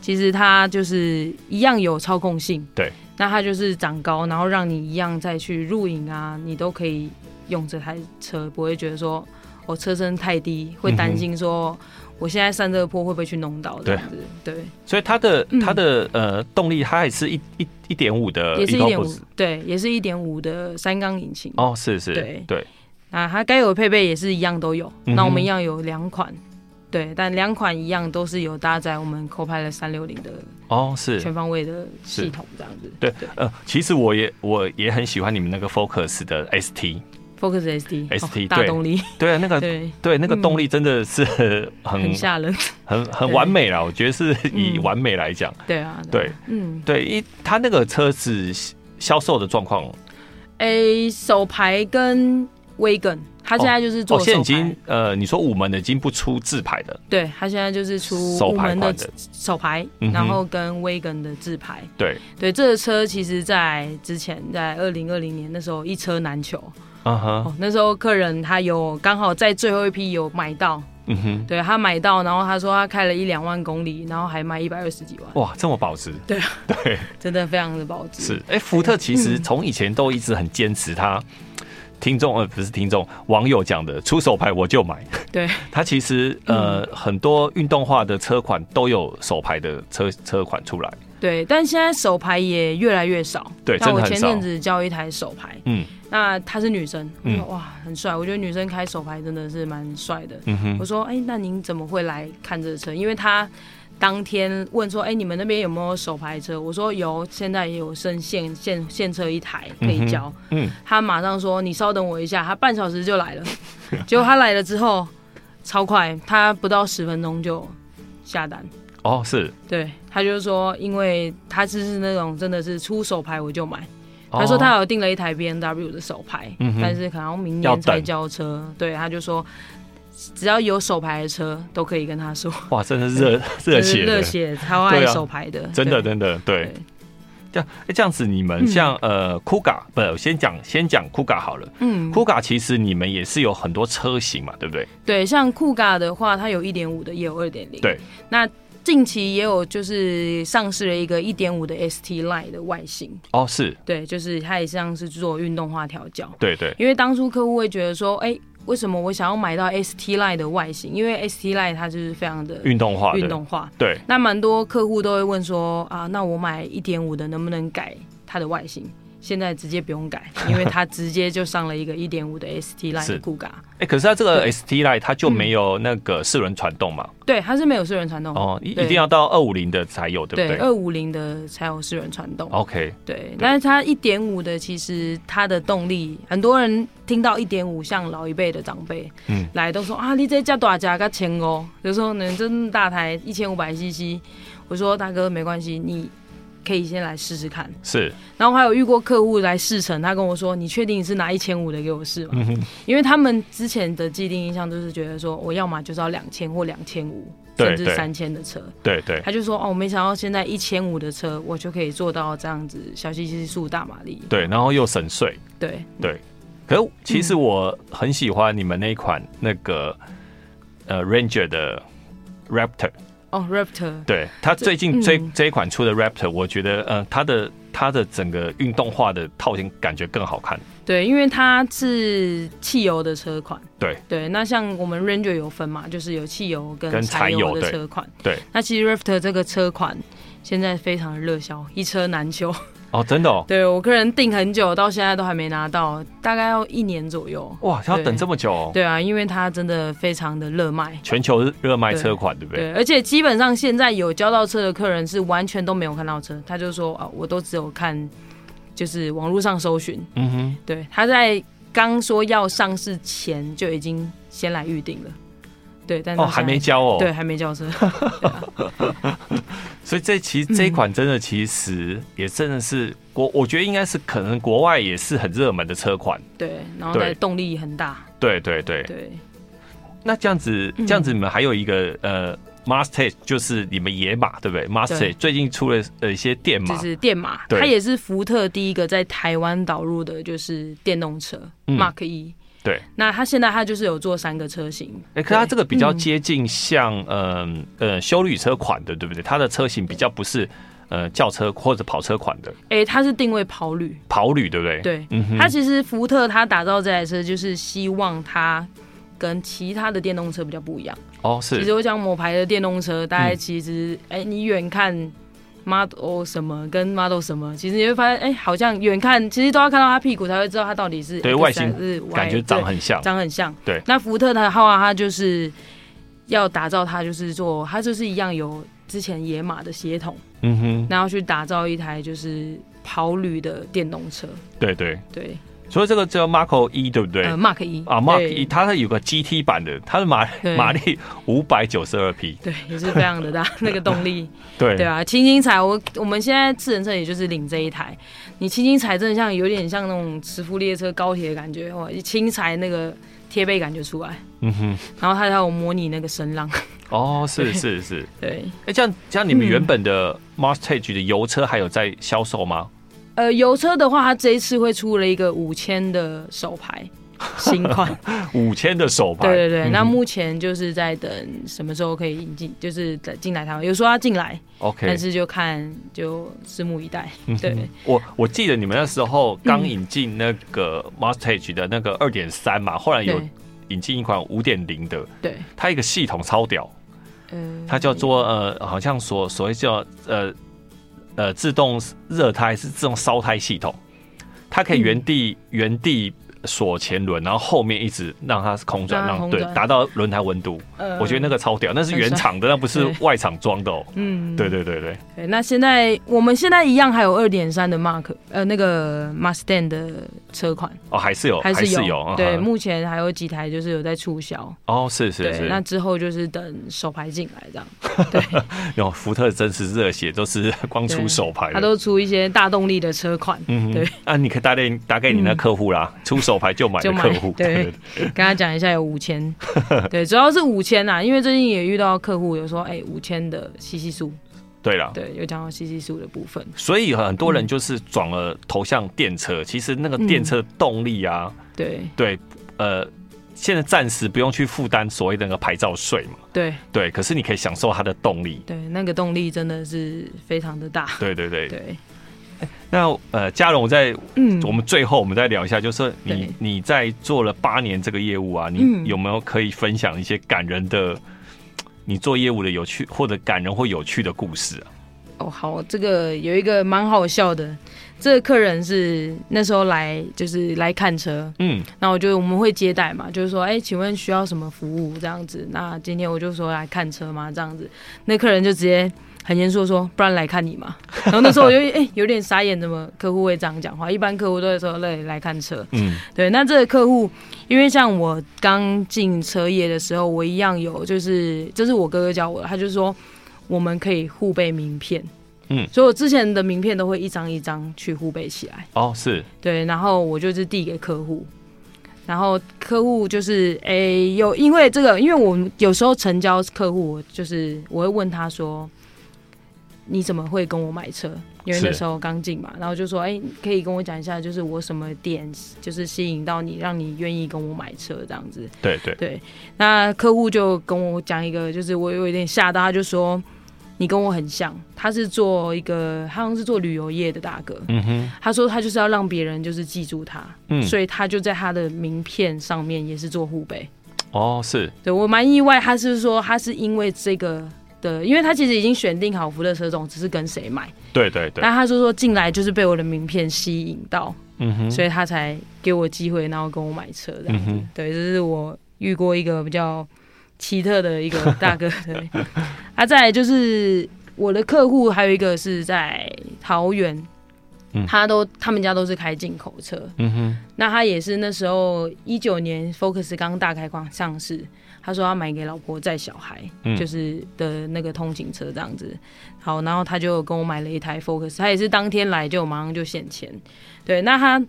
其实它就是一样有操控性，
对，
那它就是长高，然后让你一样再去露营啊，你都可以用这台车，不会觉得说我、哦、车身太低，会
嗯哼
担心说。我现在上这个坡会不会去弄到这样子？对，
所以它的
嗯
它的呃动力它还是一一呃一点五的
也是一点五
EcoBoost，
对，也是一点五的三缸引擎。
哦，是是，
对
对，
那它该有的配备也是一样都有。
嗯哼
那我们一样有两款，对，但两款一样都是有搭载我们 Copilot 三六零的
哦是，
全方位的系统这样子。
对，呃，其实我也我也很喜欢你们那个 Focus 的 ST，
Focus ST
ST
哦大
对
动力，
对啊，那个
对，嗯
对那个动力真的是很
很吓人。
很很
对
完美啦，我觉得是以
嗯
完美来讲，
对啊，
对
啊，嗯，
对，因为它那个车子销售的状况，
诶，手牌跟 Wagon，它现在就是做
哦，现在
手
已经
牌，
呃，你说五门的已经不出自排的，
对，它现在就是出
手
五
牌
门的
款的
手牌，
嗯哼
然后跟 Wagon 的自牌。
对
对，这个车其实在之前，在二零二零年那时候一车难求
啊哈，
哦，那时候客人他有刚好在最后一批有买到，
嗯哼，
对他买到，然后他说他开了一两万公里，然后还卖一百二十几万，
哇，这么保值，
对
啊，对，
真的非常的保值。
哦是，哎、福特其
嗯
实从以前都一直很坚持他。听众呃不是听众，网友讲的出手牌我就买。
对，嗯
它其实呃、很多运动化的车款都有手牌的车车款出来。
对，但现在手牌也越来越少。
对
那我
真的很
前
少
阵子交一台手牌，
嗯
那她是女生，我
嗯
说哇，很帅，我觉得女生开手牌真的是蛮帅的。
嗯哼
我，说，哎、那您怎么会来看这个车？因为她当天问说，哎、你们那边有没有手牌车？我说有，现在也有剩现现现车一台可以交。
嗯哼，
她马上说，你稍等我一下，她半小时就 来了。结果她来了之后，超快，她不到十分钟就下单。
哦是，
对，他就是说，因为他就是那种真的是出手牌我就买。
哦
他说他有订了一台 B N W 的手牌，
嗯哼
但是可能明
要
年
等
才交车。对，他就说只要有手牌的车都可以跟他说，
哇，真的是热热
就是
血的
热，血超
对
爱
啊
手牌的，
真的
对
真的对
对。
这样诶这样子，你们
嗯
像、呃酷嘎，不，我先讲先讲酷嘎好了。
嗯，
酷嘎其实你们也是有很多车型嘛，对不对？
对，像酷咖的话，它有一点五的，也有二点零。
对，
那近期也有就是上市了一个一点五的 ST Line 的外形，
哦，是，
对，就是它也像是做运动化调教。
对对
因为当初客户会觉得说，哎、为什么我想要买到 ST Line 的外形？因为 ST Line 它就是非常的
运动化的，
运动化。
对，
那蛮多客户都会问说啊，那我买一点五的能不能改它的外形？现在直接不用改，因为它直接就上了一个一点五 的 ST Line
是
的酷咖，
哎、可是它这个
对嗯
ST Line 它就没有那个四轮传动嘛，
对，它是没有四轮传动，
哦，一一
对
定要到二五零的才有，对不对
对，
哦
二五零的才有四轮传动。
？OK，
对，但是它一点五的其实它的动力，很多人听到一点五，像老一辈的长辈，
嗯
来都说啊，你这加大加个千哦，有时候呢真大台一千五百 CC，我说大哥没关系，你可以先来试试看。
是，
然后还有遇过客户来试乘，他跟我说：“你确定你是拿一千五的给我试吗？”
嗯哼，
因为他们之前的既定印象就是觉得说，我要么就是要两千或两千五，
对
甚至
对
三千的车。
对对，
他就说：“哦，没想到现在一千五的车，我就可以做到这样子小西西数大马力。
对，然后又省税。
对
可是其实我很喜欢你们那一款那个呃 Ranger 的 Raptor，
哦，Raptor，
对它最近这、
嗯
这一款出的 Raptor，我觉得呃它的它的整个运动化的套型感觉更好看。
对，因为它是汽油的车款。
对
对，那像我们 Ranger 有分嘛，就是有汽油
跟
跟
柴
柴
油
油的
对
车款。
对，
那其实 Raptor 这个车款现在非常热销，一车难求。
哦，真的哦，
对我个人订很久，到现在都还没拿到，大概要一年左右。
哇，它要
对
等这么久、哦，
对啊，因为它真的非常的热卖。
全球热卖
对
车款，对不对？
对，而且基本上现在有交到车的客人是完全都没有看到车，他就说啊，我都只有看就是网络上搜寻。
嗯哼，
对，他在刚说要上市前就已经先来预定了。对，但
哦，
到
还
现在
没交哦，
对，还没交车。
所以这其实这一款真的其实也真的是国，我觉得应该是可能国外也是很热门的车款。
对，然后
对
再动力很大。
对对对，
对，
那这样子这
嗯
样子你们还有一个呃 Mustang，就是你们野马对不对？Mustang
对
最近出了呃一些电
就
马，
是电马，
对
它也是福特第一个在台湾导入的，就是电动车、
嗯
Mark 一。
对，
那它现在它就是有做三个车型，
哎，可是它
对嗯
这个比较接近像嗯呃修旅车款的对不对？它的车型比较不是呃轿车或者跑车款的
哎、它是定位跑旅，
跑旅对不对？，
对，
嗯
它
哼，
其实福特它打造这台车就是希望它。跟其他的电动车比较不一样。
哦
其
是
实我讲某牌的电动车，大概
嗯
其实，哎、你远看 Model 什么跟 Model 什么，其实你会发现，哎、好像远看其实都要看到它屁股才会知道它到底是
对
X
外形
还是 Y，
感觉
对
长很像，
长很像。
对
那福特的话，它就是要打造它，就是做它就是一样有之前野马的协同，
嗯哼，
然后去打造一台就是跑旅的电动车，
对对，
对，
所以这个叫 Marco 一对不对？
呃，Mark 一
啊，Mark
对
一，它是有个 GT 版的，它的马
对
马力五百九十二匹，
对，也是非常的大那个动力，
对
对啊，青青彩，我我们现在智能车也就是领这一台，你青青彩真的像有点像那种磁浮列车高铁的感觉，哇，一青彩那个贴背感觉出来，
嗯哼，
然后它还有模拟那个声浪，
哦，是
对
是是，
对，
哎，这样这样，你们
嗯
原本的 Mustang 的油车还有在销售吗？
呃，油车的话，它这一次会出了一个五千的 手牌新款，
五千的手牌，
对对对。
嗯
那目前就是在等什么时候可以引进，就是在进来台湾。有说要进来，
OK，
但是就看就拭目以待。
嗯哼
对，嗯
我我记得你们那时候刚引进那个 Mustang 的那个二点三嘛，后来有
对
引进一款五点零的，
对，
它一个系统超屌，
呃，
它叫做呃，好像所所谓叫呃呃自动热胎是自动烧胎系统，它可以原地、原地锁前轮，然后后面一直让它是空转，
让它
让
空
对
转
达到轮胎温度。
呃
我觉得那
个
个超屌，那是原厂的，那不是
对
外厂装的哦。
嗯
对对对对，
对。那现在我们现在一样还有二点三的 Mark，呃，那个 Mustang 的车款
哦，还是有，
还是有，
嗯
对，
哼
目前还有几台就是有在促销。
哦，是是
对，那
是，
之后就是等手牌进来这样。
有福特真是热血，都是光出
对
手牌的，
它都出一些大动力的车 款，
嗯
对嗯
哼，啊，你可以打给打给你那客户啦，出手牌就买的
就买
客户，
对跟他讲一下有 五千，啊对，主要是五千呐，因为最近也遇到客户有说，哎、五千的吸吸数，
对了，
对，有讲到 CC 数的部分。
所以很多
嗯
人就是转而投向电车。其实那个电车动力啊，
对
对，呃，现在暂时不用去负担所谓的那个牌照税嘛，
对
对。可是你可以享受它的动力。
对，那个动力真的是非常的大。
对对对。
对，
那呃，嘉荣，我在
嗯，
我们最后我们再聊一下，就是
对
你你在做了八年这个业务啊，
嗯
你有没有可以分享一些感人的？你做业务的有趣或者感人或有趣的故事啊？
哦，好，这个有一个蛮好笑的，这个客人是那时候来就是来看车，
嗯，
那我就我们会接待嘛，就是说，哎、请问需要什么服务这样子？那今天我就说来看车嘛，这样子，那客人就直接。很严肃地说，不然来看你嘛。然后那时候我就哎、有点傻眼，怎么客户会这样讲话？一般客户都会说来来看车，
嗯，
对，那这个客户，因为像我刚进车业的时候，我一样有，就是这是我哥哥教我的，他就说我们可以互备名片，
嗯
所以我之前的名片都会一张一张去互备起来，
哦，是，
对，然后我就是递给客户，然后客户就是诶、有因为这个，因为我们有时候成交客户，我就是我会问他说。你怎么会跟我买车？因为那
是
时候刚进嘛，然后就说，哎、可以跟我讲一下，就是我什么点就是吸引到你，让你愿意跟我买车这样子。
对对，
对，那客户就跟我讲一个，就是我有一点吓到，他就说你跟我很像，他是做一个，他好像是做旅游业的大哥，
嗯哼，
他说他就是要让别人就是记住他，
嗯，
所以他就在他的名片上面也是做护背。
哦，是，
对我蛮意外，他是说他是因为这个的，因为他其实已经选定好福特车种，只是跟谁买。
对对对，
但他就说进来就是被我的名片吸引到，
嗯哼，
所以他才给我机会，然后跟我买车这样
嗯
子。
哼
对，这是我遇过一个比较奇特的一个 大哥。对，啊，再来就是我的客户还有一个是在桃园
嗯。
他都，他们家都是开进口车，
嗯哼，
那他也是那时候一九年 Focus 刚大开放上市，他说要买给老婆载小孩，
嗯
就是的那个通勤车这样子。好，然后他就跟我买了一台 Focus，他也是当天来就马上就现钱。对，那他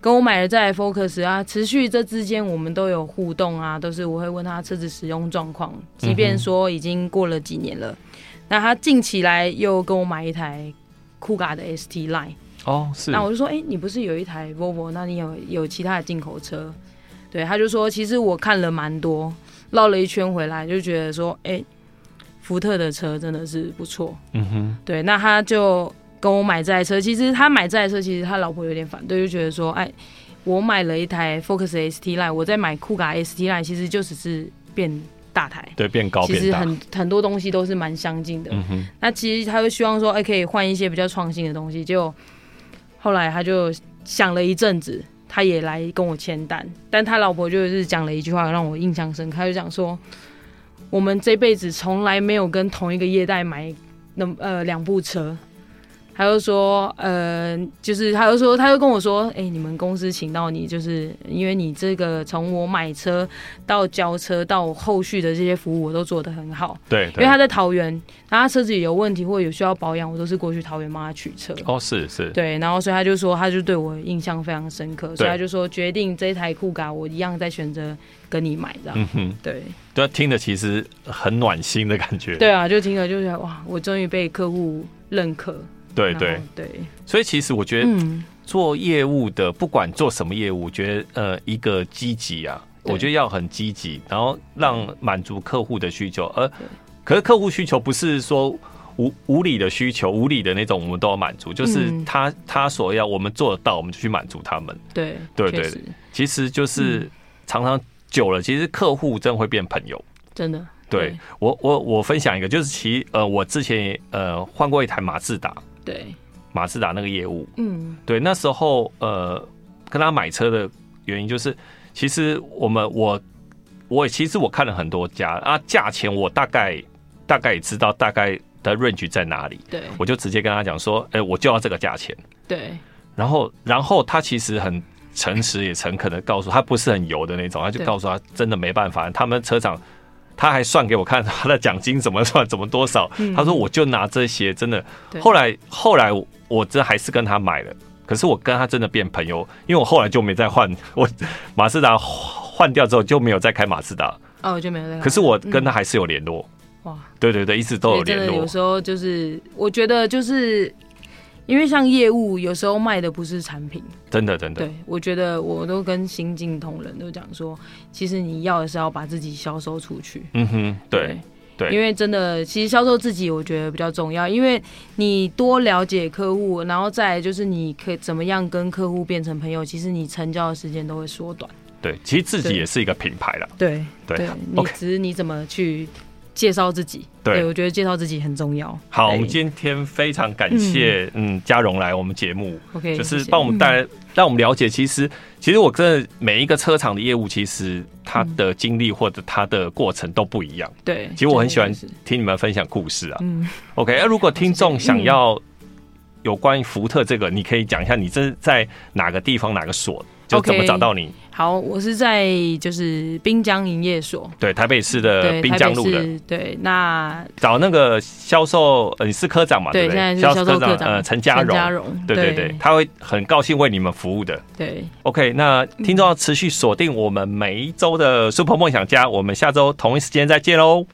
跟我买了这台 Focus 啊，持续这之间我们都有互动啊，都是我会问他车子使用状况，即便说已经过了几年了，那他近期来又跟我买一台酷咖的 ST Line。
哦，是，
那我就说，哎、你不是有一台 Volvo？那你有有其他的进口车？对，他就说，其实我看了蛮多，绕了一圈回来就觉得说，哎、福特的车真的是不错。
嗯哼，
对，那他就跟我买这台车。其实他买这台车，其实他老婆有点反对，就觉得说，哎，我买了一台 Focus ST Line，我再买酷卡 ST Line，其实就只是变大台。
对，变高
其
哦变
实
大，
很很多东西都是蛮相近的，
嗯哼，
那其实他会希望说，哎、可以换一些比较创新的东西。结果后来他就想了一阵子，他也来跟我签单，但他老婆就是讲了一句话让我印象深刻，他就讲说，我们这辈子从来没有跟同一个业代买那么呃两部车。他就说，呃，就是他就说，他就跟我说，哎、你们公司请到你，就是因为你这个从我买车到交车到后续的这些服务，我都做得很好。
对，
因
对
为他在桃园，然后他车子也有问题或有需要保养，我都是过去桃园帮他取车。
哦，是是，
对，然后所以他就说，他就对我印象非常深刻，所以他就说决定这一台酷咖，我一样再选择跟你买这样。
嗯哼，
对
对，听的其实很暖心的感觉，
对啊，就听了就觉得哇，我终于被客户认可。
对
然后
对，
对，
所以其实我觉得
嗯，
做业务的，不管做什么业务，我觉得呃，一个积极啊，
对
我觉得要很积极，然后让满足客户的需求，而可是客户需求不是说。无无理的需求，无理的那种，我们都要满足。就是
嗯
他、他所要，我们做得到，我们就去满足他们。
对
对
确
对
实
其实就是常常久了，其实客户真会变朋友。
真的
对我，我我分享一个，就是其呃，我之前也呃换过一台马自达，
对对，
马自达那个业务，
嗯
对，那时候呃跟他买车的原因就是，其实我们我我其实我看了很多家啊，价钱我大概大概也知道大概的 range 在哪里，
对
我就直接跟他讲说，哎、我就要这个价钱，
对
然后然后他其实很。诚实也诚恳的告诉他，不是很油的那种，他就
对
告诉他真的没办法，他们车厂他还算给我看他的奖金怎么算， 怎么多少。
嗯
他说我就拿这些，真的。
对
后来后来我我真还是跟他买了，可是我跟他真的变朋友，因为我后来就没再换，我马自达换掉之后就没有再开马自达，
哦，我就没有再看了。
可是我跟他
嗯
还是有联络。
哇，
对对对，一直都
所
有
以真
联
的
络
有。时候就是，我觉得就是因为像业务，有时候卖的不是产品。
真的真的，
对，我觉得我都跟新进同仁都讲说，其实你要的是要把自己销售出去。
嗯哼，对，对
因为真的，其实销售自己我觉得比较重要，因为你多了解客户，然后再来就是你可以怎么样跟客户变成朋友，其实你成交的时间都会缩短。
对，其实自己
对
也是一个品牌啦。
对
对
你
OK
只是你怎么去介绍自己，
对
我觉得介绍自己很重要。
好，我
对
们今天非常感谢嗯嘉荣来我们节目，
OK，
就是
谢谢嗯
帮我们带来让我们了解，其实其实我真的每一个车厂的业务，其实它的经历或者它的过程都不一样。
对，
其实我很喜欢
真的是
听你们分享故事啊。
嗯，
OK，那如果听众
谢谢
想要有关于福特这个，你可以讲一下你这是在哪个地方哪个所，就怎么
OK
找到你？
好，我是在就是滨江营业所，
对，台北市的
对，
呃滨
台
江
北
路的，
市，对，那
找那个销售，呃，你是科长嘛？对
对，
不
现在
对？
是销售科长
呃，陈嘉
陈嘉
荣，
荣，
对对对，他会很高兴为你们服务的。
对，
OK，那听众要持续锁定我们每一周的 Super 梦想家，我们下周同一时间再见喽。